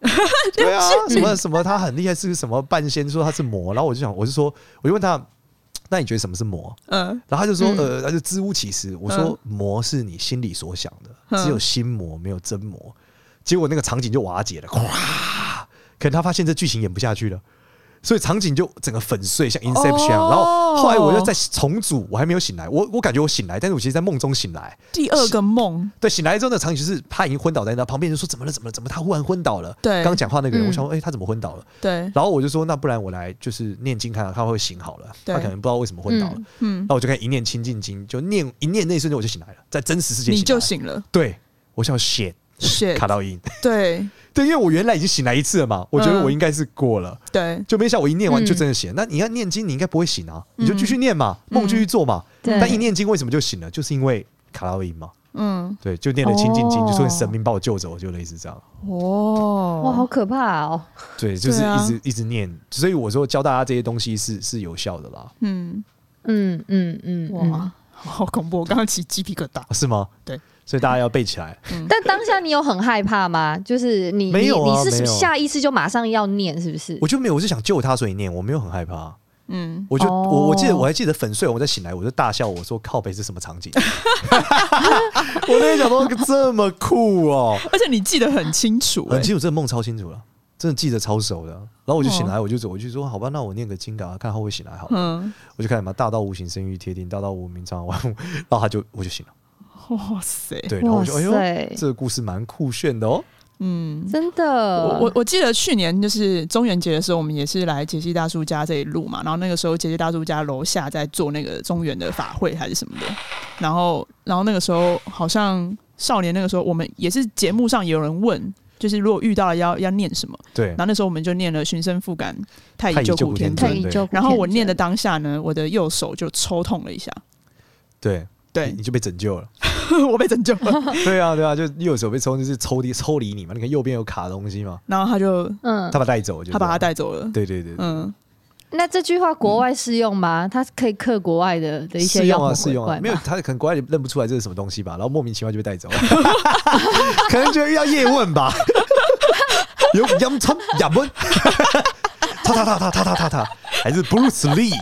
Speaker 3: 对啊，什么什么他很厉害，是什么半仙说他是魔，然后我就想，我就说，我就问他，那你觉得什么是魔？
Speaker 1: 嗯，
Speaker 3: 然后他就说，
Speaker 4: 嗯
Speaker 3: 呃，他就支吾其词。我说
Speaker 1: 嗯，
Speaker 3: 魔是你心里所想的，
Speaker 1: 嗯
Speaker 3: 只有心魔，没有真魔。结果那个场景就瓦解了，咵！可能他发现这剧情演不下去了。所以场景就整个粉碎，像 Inception、啊
Speaker 1: 哦
Speaker 3: 然后后来我又在重组，我还没有醒来，我我感觉我醒来，但是我其实在梦中醒来，
Speaker 1: 第二个梦，
Speaker 3: 对，醒来之后呢，场景就是他已经昏倒在那，旁边人说怎么了？怎么了？怎么他忽然昏倒了？
Speaker 1: 对
Speaker 3: 刚讲话那个人，
Speaker 4: 嗯
Speaker 3: 我想说，哎、他怎么昏倒了？
Speaker 1: 对，
Speaker 3: 然后我就说，那不然我来就是念经看看，他会不会醒好了。
Speaker 1: 对
Speaker 3: 他可能不知道为什么昏倒了。
Speaker 4: 嗯
Speaker 1: 嗯
Speaker 3: 然，后我就开始一念清净经，就念一念那一瞬间我就醒来了，在真实世界
Speaker 1: 你就
Speaker 3: 来
Speaker 1: 醒了
Speaker 3: 对，我想 shit
Speaker 1: ，shit，
Speaker 3: 卡到音，
Speaker 1: 对
Speaker 3: 对，因为我原来已经醒来一次了嘛，我觉
Speaker 1: 嗯
Speaker 3: 得我应该是过了，
Speaker 1: 对，
Speaker 3: 就没想到我一念完
Speaker 4: 嗯
Speaker 3: 就真的醒了。那你要念经，你应该不会醒啊，你就
Speaker 1: 嗯
Speaker 3: 继续念嘛，梦继续做嘛。
Speaker 4: 对
Speaker 3: 但一念经为什么就醒了？就是因为卡到音嘛。
Speaker 1: 嗯，
Speaker 3: 对，就念了清净经，
Speaker 4: 哦
Speaker 3: 就说神明把我救走，就类似这样。
Speaker 1: 哦，
Speaker 4: 哇，好可怕哦！
Speaker 3: 对，就是
Speaker 1: 对啊
Speaker 3: 一直、一直念，所以我说教大家这些东西是是有效的啦。
Speaker 1: 嗯，
Speaker 4: 嗯嗯嗯，嗯
Speaker 1: 哇，好恐怖！我刚刚起鸡皮疙瘩。
Speaker 3: 啊是吗？
Speaker 1: 对，
Speaker 3: 所以大家要背起来。
Speaker 4: 但当下你有很害怕吗？就是你
Speaker 3: 没有啊
Speaker 4: 你你是是
Speaker 3: 没有
Speaker 4: 下意识就马上要念，是不是？
Speaker 3: 我就没有，我是想救他，所以念，我没有很害怕。啊
Speaker 1: 嗯，
Speaker 3: 我就、
Speaker 4: 哦
Speaker 3: 我我记得我还记得粉碎，我在醒来我就大笑，我说靠北是什么场景？ <laughs> 我那天想说这么酷哦，
Speaker 1: 而且你记得很清楚、欸，
Speaker 3: 很清楚，这个梦超清楚了，真的记得超熟的。然后我就醒来，我就走，我就说好吧，那我念个经嘎，看他会不会醒来好了。
Speaker 1: 嗯，
Speaker 3: 我就开始嘛，大道无形生于贴定，大道无名 <laughs> 常万物，然后他就我就醒了。
Speaker 1: 哇塞，
Speaker 3: 对，然后
Speaker 4: 哇
Speaker 3: 我就哎呦，
Speaker 4: 塞，
Speaker 3: 这个故事蛮酷炫的哦。
Speaker 1: 嗯，
Speaker 4: 真的，
Speaker 1: 我我我记得去年就是中元节的时候，我们也是来杰西大叔家这一路嘛，然后那个时候杰西大叔家楼下在做那个中原的法会还是什么的，然后然后那个时候好像少年那个时候我们也是节目上也有人问。就是如果遇到了要要念什么，
Speaker 3: 对
Speaker 1: 然，后那时候我们就念了《寻声复感》《太乙
Speaker 3: 太乙
Speaker 1: 救
Speaker 3: 救
Speaker 1: 苦
Speaker 3: 苦
Speaker 1: 天尊
Speaker 3: 天
Speaker 4: 太
Speaker 3: 尊》，
Speaker 4: 乙
Speaker 3: 对
Speaker 4: 救苦
Speaker 1: 然后我
Speaker 4: 天
Speaker 1: 念的
Speaker 4: 尊
Speaker 1: 当下呢，我的右手就抽痛了一下，
Speaker 3: 对，
Speaker 1: 对
Speaker 3: 你你就被拯救了。 <laughs>
Speaker 1: <laughs> 我被拯救了，
Speaker 3: 对啊，对啊，就右手被抽，就是抽离抽离你嘛，你看右边有卡东西嘛，
Speaker 1: 然后他
Speaker 3: <laughs>
Speaker 1: 就
Speaker 4: 嗯
Speaker 3: 他，把它带走，我觉得
Speaker 1: 他把他。带走了，
Speaker 3: 对对对，
Speaker 1: 嗯，
Speaker 4: 那这句话国外适用吗？它可以克国外的的一些
Speaker 3: 适用啊，
Speaker 4: 妖魔
Speaker 3: 适用
Speaker 4: 鬼
Speaker 3: 啊，
Speaker 4: 怪
Speaker 3: 没有
Speaker 4: 吗
Speaker 3: 他可能国外认不出来这是什么东西吧，然后莫名其妙就被带走了，可能觉得遇到叶问吧，有杨昌亚问，他他他他他他他他，还是 Bruce Lee，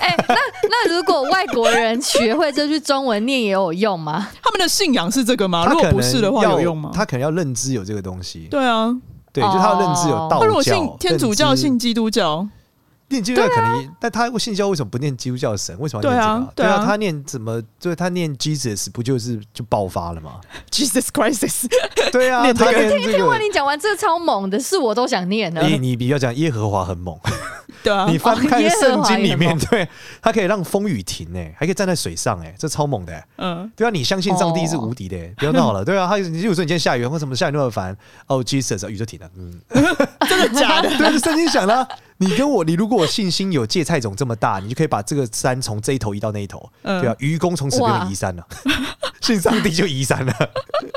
Speaker 4: 哎、那那如果外国人学会这句中文念也有用吗？
Speaker 1: 他们的信仰是这个吗？
Speaker 3: 他
Speaker 1: 啊如
Speaker 3: 可
Speaker 1: 果
Speaker 3: 能
Speaker 1: 不是的话，
Speaker 3: 要
Speaker 1: 有用吗？
Speaker 3: 他可能要认知有这个东西，
Speaker 1: 对啊，
Speaker 3: 对，就是他的认知有
Speaker 4: 哦
Speaker 3: 道
Speaker 1: 他如果信
Speaker 3: 教、
Speaker 1: 天主教、
Speaker 3: 认知
Speaker 1: 信基督
Speaker 3: <laughs>
Speaker 1: 教，
Speaker 3: 念基督教可能也，但他信教为什么不念基督教的神？为什么要念这个啊？
Speaker 1: 对
Speaker 3: 对
Speaker 1: 啊对啊
Speaker 3: 他念怎么？对他念 Jesus 不就是就爆发
Speaker 1: <laughs>
Speaker 3: 了吗？
Speaker 1: Jesus Christ，
Speaker 3: <laughs> 对啊，
Speaker 1: 念这
Speaker 3: 他
Speaker 1: 个
Speaker 3: 念
Speaker 4: <laughs>
Speaker 3: 这
Speaker 4: 听完
Speaker 3: 个。
Speaker 4: 你讲完这个超猛的，是我都想念了。
Speaker 3: 你你比较讲耶和华很猛，
Speaker 1: <laughs> 对啊，
Speaker 3: 你翻看
Speaker 4: 哦耶和
Speaker 3: 圣
Speaker 4: 华
Speaker 3: 经里
Speaker 4: 也很
Speaker 3: 面，
Speaker 4: 猛
Speaker 3: 对，他可以让风雨停诶，还可以站在水上诶，这超猛的欸。
Speaker 1: 嗯，
Speaker 3: 对啊，你相信上帝是
Speaker 4: 哦
Speaker 3: 无敌的欸，不要闹
Speaker 4: <laughs>
Speaker 3: 了。对啊，他你就说你今天下雨，为什么下雨那么烦？哦，Jesus，啊雨就停了。嗯，
Speaker 1: 真的假
Speaker 3: <laughs>
Speaker 1: 的？
Speaker 3: 对，就圣经讲
Speaker 4: <laughs>
Speaker 3: 啦，你跟我，你如果我信心有芥菜种这么大，你就可以把这个山从这一头移到那一头，
Speaker 1: 嗯
Speaker 3: 对啊，愚公从此给
Speaker 4: 哇
Speaker 3: 你移山了， <laughs> 信上帝就移山了，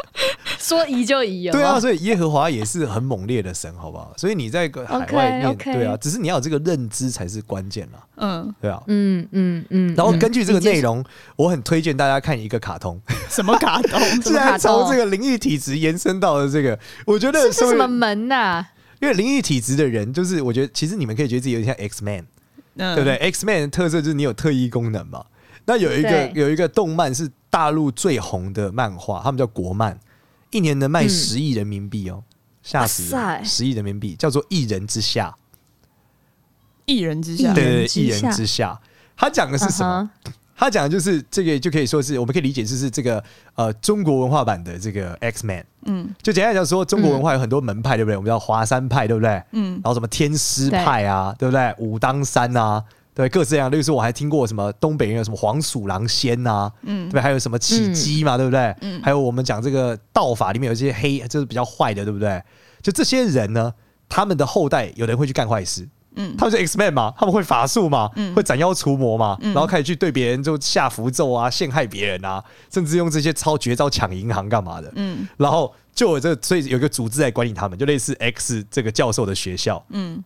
Speaker 4: <laughs> 说移就 <laughs> 移，有没
Speaker 3: 对
Speaker 4: 有
Speaker 3: 啊，，所以耶和华也是很猛烈的神，好不好？所以你在个海外面
Speaker 4: OK，OK
Speaker 3: 对啊，只是你要有这个认知才是关键啦，
Speaker 1: 嗯，
Speaker 3: 对啊。
Speaker 4: 嗯嗯嗯。
Speaker 3: 然后根据这个
Speaker 4: 理解
Speaker 3: 内容，我很推荐大家看一个卡通，
Speaker 1: 什么卡通？
Speaker 4: 什么
Speaker 3: 然
Speaker 4: 卡通
Speaker 3: 从这个灵异体质延伸到了这个，我觉得
Speaker 4: 这是
Speaker 3: 身为
Speaker 4: 什么门呐、
Speaker 3: 因为灵异体质的人，就是我觉得其实你们可以觉得自己有点像 X Man，
Speaker 1: 嗯，
Speaker 3: <laughs> 对不对？X Man 的特色就是你有特异功能嘛。那有一个
Speaker 4: 对
Speaker 3: 有一个动漫是大陆最红的漫画，他们叫国漫，一年能卖
Speaker 4: 嗯
Speaker 3: 十亿人民币哦，吓死
Speaker 4: 哇塞
Speaker 3: 人！十亿人民币叫做《一人之下
Speaker 1: 一人之下》，
Speaker 4: 一
Speaker 3: 对
Speaker 4: 人
Speaker 3: 对对，
Speaker 4: 之
Speaker 3: 一人
Speaker 4: 下
Speaker 3: 之下。他讲的是什么
Speaker 4: 嗯哼
Speaker 3: 他讲的就是这个，就可以说是我们可以理解，就是这个呃中国文化版的这个 X Man。
Speaker 1: 嗯
Speaker 3: 就简单来讲说，中国文化有很多门派，对不对？我们叫华山派，对不对？
Speaker 1: 嗯
Speaker 3: 然，后什么天师派啊，对不对？武当山啊，对，各式各样。例如说，我还听过什么东北人有什么黄鼠狼仙呐、对
Speaker 1: 嗯
Speaker 3: 不对？还有什么起鸡嘛，对不对？
Speaker 1: 嗯
Speaker 3: 还有我们讲这个道法里面有一些黑，就是比较坏的，对不对？就这些人呢，他们的后代有人会去干坏事。
Speaker 1: 嗯
Speaker 3: 他们是 X Man 嘛，他们会法术嘛，
Speaker 1: 嗯
Speaker 3: 会斩妖除魔嘛，
Speaker 1: 嗯
Speaker 3: 然后开始去对别人就下符咒啊，陷害别人啊，甚至用这些超绝招抢银行干嘛的。
Speaker 1: 嗯
Speaker 3: 然后就有这个，所以有一个组织来管理他们，就类似 X 这个教授的学校，
Speaker 1: 嗯，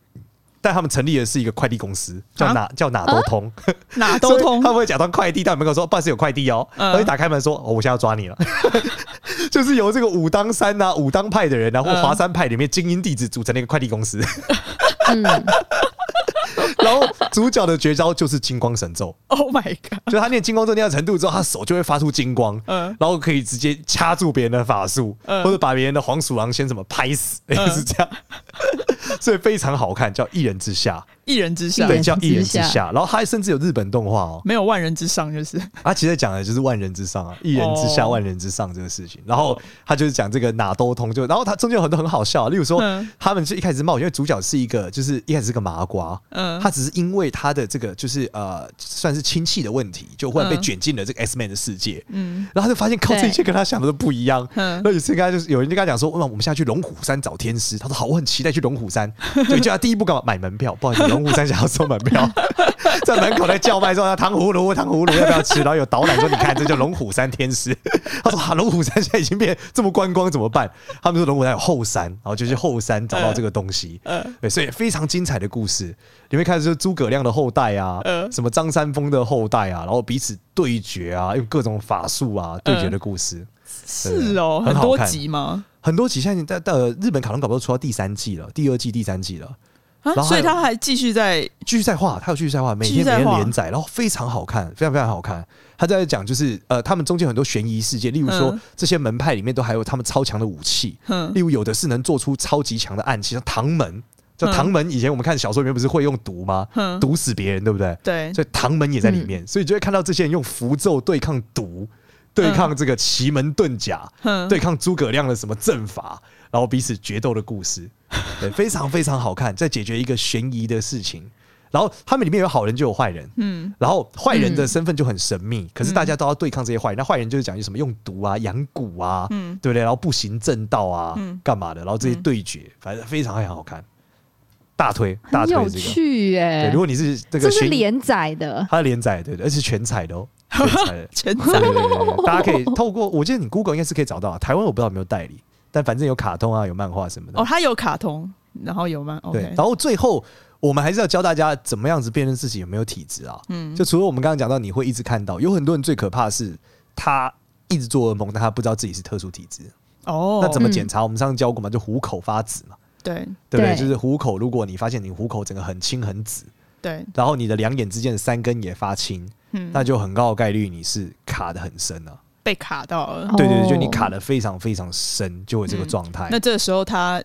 Speaker 3: 但他们成立的是一个快递公司，叫
Speaker 1: 啊
Speaker 3: 哪、叫哪都通， <laughs>
Speaker 1: 哪都
Speaker 3: 所以
Speaker 1: 通
Speaker 3: 他，们会假装快递到你门口说：“办事有快递哦。
Speaker 1: 嗯
Speaker 3: 然后一打开门说：“哦，我现在要抓你了。” <laughs> 就是由这个武当山呐、武当派的人啊，或
Speaker 1: 嗯
Speaker 3: 华山派里面精英弟子组成的一个快递公司， <laughs>
Speaker 4: 嗯，
Speaker 3: 然后主角的绝招就是金光神咒，
Speaker 1: ，Oh my god，
Speaker 3: 就是他念金光咒念到程度之后，他手就会发出金光。
Speaker 1: 嗯
Speaker 3: 然后可以直接掐住别人的法术，
Speaker 1: 嗯
Speaker 3: 或者把别人的黄鼠狼先怎么拍死，也、是这样， <laughs> 所以非常好看，叫《一人之下
Speaker 1: 一人之》，下
Speaker 4: 一人
Speaker 3: 对，叫《一人之
Speaker 4: 之
Speaker 3: 下
Speaker 4: 下》，
Speaker 3: 然后它甚至有日本动画哦，
Speaker 1: 没有万人之上，就是
Speaker 3: 他其实讲的就是万人之上啊，一人之下，
Speaker 1: 哦
Speaker 3: 万人之上这个事情。然后他就是讲这个哪都通，就然后他中间有很多很好笑啊、例如说、
Speaker 1: 嗯
Speaker 3: 他们是一开始冒险，因为主角是一个就是一开始是个麻瓜，
Speaker 1: 嗯
Speaker 3: 他只是因为他的这个就是呃算是亲戚的问题，就忽然被
Speaker 1: 嗯
Speaker 3: 卷进了这个 X Man 的世界。
Speaker 1: 嗯
Speaker 3: 然后他就发现靠这一切
Speaker 4: 对
Speaker 3: 跟他想的都不一样。
Speaker 1: 嗯
Speaker 3: 那有一次跟他就是有人就跟他讲说，哇，我们下去龙虎山找天师。他说好，我很期待去龙
Speaker 1: <laughs>
Speaker 3: 虎山，就叫他第一步干嘛？买门票。不好意思，龙虎山想要收门票， <laughs> 在门口在叫卖说啊糖葫芦，糖葫芦要不要吃？然后有导览说，你看这叫龙虎山天师。他说啊，龙虎山现在已经变这么观光怎么办？他们说龙虎山有后山，然后就去后山找到这个东西。
Speaker 1: 嗯
Speaker 3: 对，所以非常精彩的故事，你会看到就是诸葛亮的后代啊，
Speaker 1: 嗯
Speaker 3: 什么张三丰的后代啊，然后彼此对决啊，用各种法术
Speaker 1: 嗯
Speaker 3: 啊对决的故事。
Speaker 1: 是哦，
Speaker 3: 很
Speaker 1: 很
Speaker 3: 好
Speaker 1: 多
Speaker 3: 看
Speaker 1: 集吗？
Speaker 3: 很多集现在在呃日本卡通搞不好出到第三季了，第二季、第三季了，
Speaker 1: 啊
Speaker 3: 然后，还
Speaker 1: 所以
Speaker 3: 有
Speaker 1: 他还继续在
Speaker 3: 继续在画，它有继续在画，每
Speaker 1: 继续
Speaker 3: 天
Speaker 1: 在
Speaker 3: 每天
Speaker 1: 画
Speaker 3: 连载，然后非常好看，非常非常好看。他在讲就是呃，他们中间有很多悬疑事件，例如说、
Speaker 1: 嗯
Speaker 3: 这些门派里面都还有他们超强的武器，
Speaker 1: 哼
Speaker 3: 例如有的是能做出超级强的暗器，像唐门，叫
Speaker 1: 嗯
Speaker 3: 唐门。以前我们看小说里面不是会用毒吗？
Speaker 1: 哼，
Speaker 3: 毒死别人，对不对？
Speaker 1: 对，
Speaker 3: 所以唐门也在里
Speaker 4: 嗯
Speaker 3: 面，所以就会看到这些人用符咒对抗毒，对
Speaker 4: 嗯
Speaker 3: 抗这个奇门遁甲，
Speaker 1: 哼，
Speaker 3: 对抗诸葛亮的什么阵法，然后彼此决斗的故
Speaker 4: <laughs>
Speaker 3: 事，对，非常非常好看，在解决一个悬疑的事情。然后他们里面有好人就有坏人，
Speaker 1: 嗯，
Speaker 3: 然后坏人的身份就很神秘，
Speaker 4: 嗯
Speaker 3: 可是大家都要对抗这些坏人。那坏人就是讲有什么用毒啊、养蛊啊，
Speaker 1: 嗯
Speaker 3: 对不对？然后不行正道啊，
Speaker 1: 嗯。
Speaker 3: 干嘛的？然后这些对决，反正非常非常好看，大推 <laughs> 大
Speaker 4: 很
Speaker 3: 推
Speaker 4: 有
Speaker 3: 这个。对，
Speaker 4: 趣耶
Speaker 3: 如、果你是这
Speaker 4: 这
Speaker 3: 个
Speaker 4: 是
Speaker 3: 悬疑
Speaker 4: 连载的，
Speaker 3: 它的连载对对，而且全彩的哦，全彩的
Speaker 1: <laughs> 全
Speaker 3: 对 <laughs> 对对对对大家可以透过，我记得你 Google 应该是可以找到啊，台湾我不知道有没有代理，但反正有卡通啊，有漫画什么的。
Speaker 1: 哦，他有卡通，然后有吗
Speaker 3: 对
Speaker 1: ？OK，，
Speaker 3: 然后最后我们还是要教大家怎么样子辨认自己有没有体质啊。
Speaker 1: 嗯
Speaker 3: 就除了我们刚刚讲到，你会一直看到，有很多人最可怕的是他一直做噩梦，但他不知道自己是特殊体质。
Speaker 1: 哦，嗯
Speaker 3: 那怎么
Speaker 4: 嗯
Speaker 3: 检查？我们上次教过嘛，就虎口发紫嘛，
Speaker 1: 对
Speaker 3: 对不对？
Speaker 4: 对
Speaker 3: 就是虎口，如果你发现你虎口整个很青很紫，
Speaker 1: 对，
Speaker 3: 然后你的两眼之间的三根也发青，
Speaker 1: 嗯，
Speaker 3: 那就很高的概率你是卡的很深啊。
Speaker 1: 被卡到了。
Speaker 3: 对对对，就你
Speaker 4: 哦
Speaker 3: 卡的非常非常深，就会这个状态。
Speaker 1: 嗯那这时候他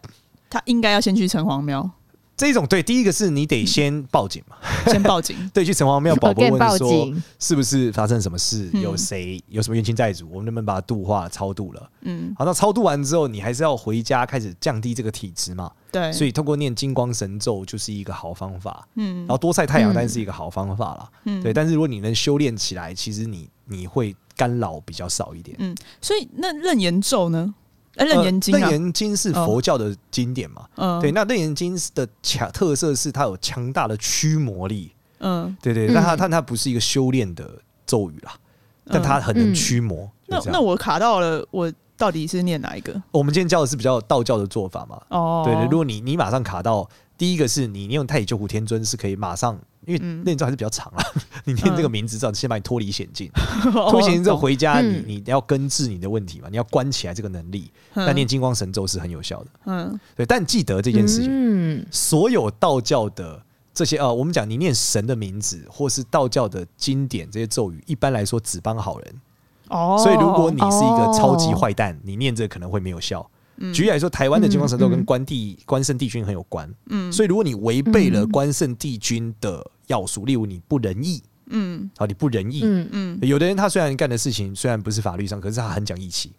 Speaker 1: 他应该要先去城隍
Speaker 3: <laughs>
Speaker 1: 庙
Speaker 3: 这种对，第一个是你得先报警嘛，
Speaker 1: 先报警。
Speaker 3: 对，去城隍庙
Speaker 4: Again，
Speaker 3: 宝宝
Speaker 4: 哦报
Speaker 3: 问说
Speaker 4: 警
Speaker 3: 是不是发生什么事，
Speaker 1: 嗯
Speaker 3: 有谁有什么冤亲债主，我们能不能把它度化超度了？
Speaker 1: 嗯，
Speaker 3: 好，那超度完之后，你还是要回家开始降低这个体质嘛，
Speaker 1: 对，
Speaker 3: 所
Speaker 1: 以
Speaker 3: 以通过念金光神咒就是一个好方法，
Speaker 1: 嗯
Speaker 3: 然后多晒太阳
Speaker 4: 嗯
Speaker 3: 当然是一个好方法啦，
Speaker 1: 嗯
Speaker 3: 对，但是如果你能修炼起来，其实你你会干扰比较少一点。
Speaker 1: 所以那楞严咒呢？哎，楞严经
Speaker 3: 呃
Speaker 1: 啊
Speaker 3: 楞，严经是佛教的经典嘛，
Speaker 1: 嗯，
Speaker 3: 对，，那《楞严经》的强特色是它有强大的驱魔力，
Speaker 1: 嗯，
Speaker 3: 对对，但它
Speaker 4: 嗯
Speaker 3: 但它不是一个修炼的咒语啦，但它很能驱魔。
Speaker 1: 那
Speaker 3: 就这
Speaker 1: 嗯
Speaker 3: 样
Speaker 1: 那我卡到了，我到底是念哪一个？
Speaker 3: 我们今天教的是比较道教的做法嘛，
Speaker 1: 哦，
Speaker 3: 对对，如果你你马上卡到，第一个是你念太乙救苦天尊是可以马上，因为
Speaker 1: 嗯
Speaker 3: 那你咒还是比较长啦， <laughs> 你念这个
Speaker 1: 嗯
Speaker 3: 名字之后，先把你脱离险境，
Speaker 1: 果
Speaker 3: 脱离险境之
Speaker 1: 哦
Speaker 3: 后，回家，你
Speaker 4: 嗯
Speaker 3: 你要根治你的问题嘛，你要关起来这个能力，
Speaker 1: 那
Speaker 3: 那念金光神咒是很有效的。
Speaker 1: 嗯
Speaker 3: 对，但记得这件事情，
Speaker 4: 嗯，
Speaker 3: 所有道教的这些呃，我们讲你念神的名字，或是道教的经典这些咒语，一般来说只帮好人。
Speaker 1: 哦，
Speaker 3: 所以如果你是一个超级
Speaker 4: 哦
Speaker 3: 坏蛋，你念这个可能会没有效。
Speaker 1: 嗯
Speaker 3: 举例来说，台湾的金光神咒
Speaker 4: 嗯
Speaker 3: 跟
Speaker 4: 嗯
Speaker 3: 关帝、关圣帝君很有关，
Speaker 1: 嗯
Speaker 3: 所以如果你违背了
Speaker 4: 嗯
Speaker 3: 关圣帝君的要素，例如你不仁义，
Speaker 1: 嗯
Speaker 3: 啊，你不仁义。
Speaker 4: 嗯
Speaker 1: 嗯，
Speaker 3: 有的人他虽然干的事情虽然不是法律上，可是他很讲义气，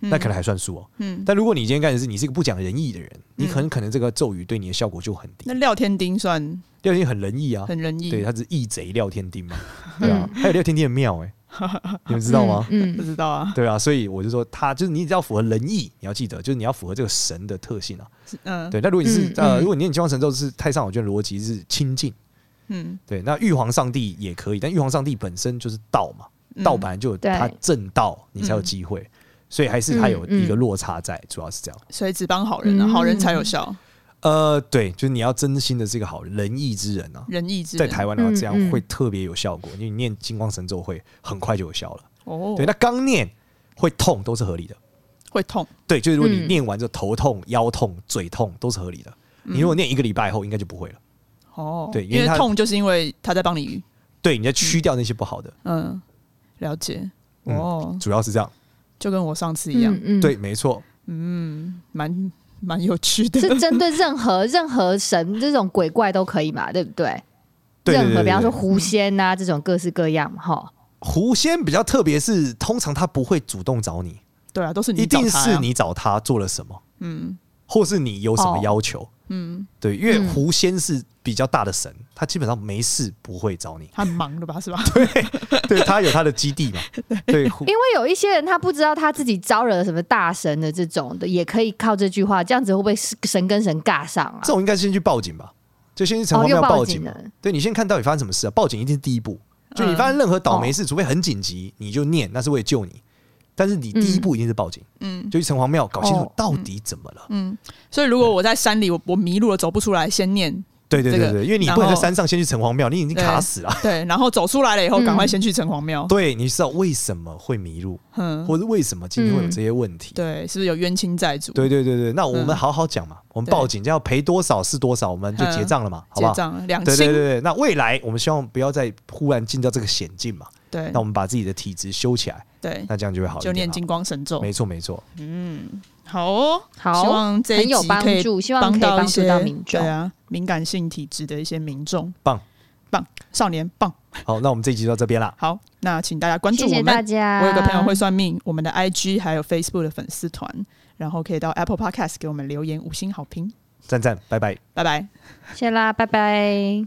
Speaker 3: 那可能还算数哦。
Speaker 1: 嗯，
Speaker 3: 但如果你今天干的是你是一个不讲仁义的人，你很可能这个咒语对你的效果就很低
Speaker 1: 那。廖天丁算
Speaker 3: 第二天很仁义啊，
Speaker 1: 很仁义， <laughs>
Speaker 3: 对，他是义贼廖天
Speaker 4: <laughs>
Speaker 3: 丁嘛，对啊，还有廖天丁的庙哎、你们知道吗？
Speaker 4: 嗯
Speaker 1: 不
Speaker 4: 嗯
Speaker 1: 知道啊，
Speaker 3: 对啊，所以我就说他就是你只要符合仁义，你要记得就是你要符合这个神的特性啊。
Speaker 1: 嗯，
Speaker 3: 对，那如果你是、
Speaker 4: 嗯
Speaker 3: 呃，
Speaker 4: 嗯
Speaker 3: 如果你念金光神咒是太上老君的逻辑是亲近，
Speaker 1: 嗯，
Speaker 3: 对，那玉皇上帝也可以，但玉皇上帝本身就是道嘛，
Speaker 1: 嗯
Speaker 3: 道本来就有
Speaker 4: 对
Speaker 3: 他正道，你才有机会，所以还是它有一个
Speaker 4: 嗯嗯
Speaker 3: 落差在，主要是这样。
Speaker 1: 所以只帮好人啊，
Speaker 4: 嗯
Speaker 1: 好人才有效，
Speaker 3: 呃，对，就是你要真心的是一个好人，仁义之人啊。
Speaker 1: 仁义之
Speaker 3: 在
Speaker 1: 人
Speaker 3: 台湾的话，
Speaker 4: 嗯
Speaker 3: 这样
Speaker 4: 嗯
Speaker 3: 会特别有效果，因为你念金光神咒会很快就有效了。
Speaker 1: 哦，
Speaker 3: 对，那刚念会痛都是合理的。
Speaker 1: 会痛，
Speaker 3: 对，就是如果你
Speaker 4: 嗯
Speaker 3: 念完之后头痛、腰痛、嘴痛都是合理的。你如果念一个礼拜后，应该就不会了。
Speaker 1: 哦，
Speaker 3: 对因
Speaker 1: 因
Speaker 3: 为
Speaker 1: 为
Speaker 3: 他
Speaker 1: 痛就是因为他在帮你，
Speaker 3: 对，你在驱掉那些不好的，
Speaker 1: 嗯，了解，
Speaker 3: 嗯
Speaker 1: 哦，
Speaker 3: 主要是这样。
Speaker 1: 就跟我上次一样
Speaker 4: 嗯，嗯，
Speaker 3: 对，，没错，
Speaker 1: 嗯，蛮蛮有趣的，
Speaker 4: 是针对任何 <laughs> 任何神这种鬼怪都可以嘛，对不对？
Speaker 3: 对对
Speaker 4: 任何
Speaker 3: 对
Speaker 4: 比
Speaker 3: 对
Speaker 4: 方说
Speaker 3: 对。
Speaker 4: 狐仙呐、这种各式各样哈，
Speaker 3: 狐仙比较特别，是通常他不会主动找你，
Speaker 1: <laughs> 对啊，都是你
Speaker 3: 一定
Speaker 1: 找他呀
Speaker 3: 是，你找他做了什么，
Speaker 1: 嗯
Speaker 3: 或是你有什么
Speaker 4: 哦
Speaker 3: 要求。
Speaker 1: 嗯，，
Speaker 3: 对，因为
Speaker 4: 嗯
Speaker 3: 狐仙是比较大的神，他基本上没事不会找你
Speaker 1: 他很忙的吧，是吧？
Speaker 3: 对他有他的基地嘛。对，
Speaker 4: <laughs>
Speaker 3: 狐
Speaker 4: 因为有一些人他不知道他自己招惹了什么大神的这种的，也可以靠这句话，这样子会不会是神跟神尬上啊
Speaker 3: 这？种应该先去报警吧，就先去城
Speaker 4: 哦，
Speaker 3: 隍
Speaker 4: 又
Speaker 3: 庙
Speaker 4: 报
Speaker 3: 警
Speaker 4: 警
Speaker 3: 嘛。
Speaker 4: 了，
Speaker 3: 对你先看到底发生什么事啊？报警一定是第一步。就你发现任何倒霉事，除非很紧急，你就念，那是为了救你。但是你第一步一定是报警，
Speaker 1: <laughs> 嗯
Speaker 3: 就去城隍庙搞清楚
Speaker 4: 哦
Speaker 3: 到底怎么了。
Speaker 1: 嗯，所以如果我在山里，我我迷路了，走不出来，先念
Speaker 3: 对对
Speaker 1: 这
Speaker 3: 对
Speaker 1: 个
Speaker 3: 对，因为你不能在山上先去城隍庙，你已经
Speaker 1: 对哦
Speaker 3: 卡死了。
Speaker 1: 对，然后走出来了以后，
Speaker 4: 嗯
Speaker 1: 赶快先去城隍庙。
Speaker 3: 对，你知道为什么会迷路，
Speaker 1: 嗯，
Speaker 3: 或者为什么今天会有这些问题？
Speaker 1: 对，是不是有冤亲债主？
Speaker 3: 对对对对，那我们
Speaker 1: 嗯
Speaker 3: 好好讲嘛，我们
Speaker 1: 对嗯
Speaker 3: 报警要赔多少是多少，我们就结账了嘛，好不
Speaker 1: 结
Speaker 3: 好？
Speaker 1: 账两
Speaker 3: 对对对
Speaker 1: 清，
Speaker 3: 对，那未来我们希望不要再忽然进到这个险境嘛，
Speaker 1: 对
Speaker 3: 那我们把自己的体质修起来，
Speaker 1: 对，
Speaker 3: 那这样就会好一
Speaker 1: 就
Speaker 3: 点
Speaker 1: 念
Speaker 3: 嘛。
Speaker 1: 金光神咒。
Speaker 3: 没错没错，
Speaker 1: 嗯，好哦，希
Speaker 4: 好，
Speaker 1: 望这一
Speaker 4: 很有
Speaker 1: 集
Speaker 4: 帮
Speaker 1: 可以
Speaker 4: 助，希望可以
Speaker 1: 到
Speaker 4: 帮
Speaker 1: 一
Speaker 4: 助
Speaker 1: 些
Speaker 4: 到民众
Speaker 1: 对。啊，敏感性体质的一些民众。
Speaker 3: 棒
Speaker 1: 棒，少年棒。
Speaker 3: 好，那我们这一集就到这边啦。
Speaker 1: 好，那请大家关注
Speaker 4: 谢
Speaker 1: 我
Speaker 4: 谢
Speaker 1: 们。
Speaker 4: 大家。
Speaker 1: 我有个朋友会算命，我们的 IG 还有 Facebook 的粉丝团，然后可以到 Apple Podcast 给我们留言五星好评，
Speaker 3: 赞赞，拜拜。
Speaker 1: 拜拜。
Speaker 4: 谢啦，拜拜。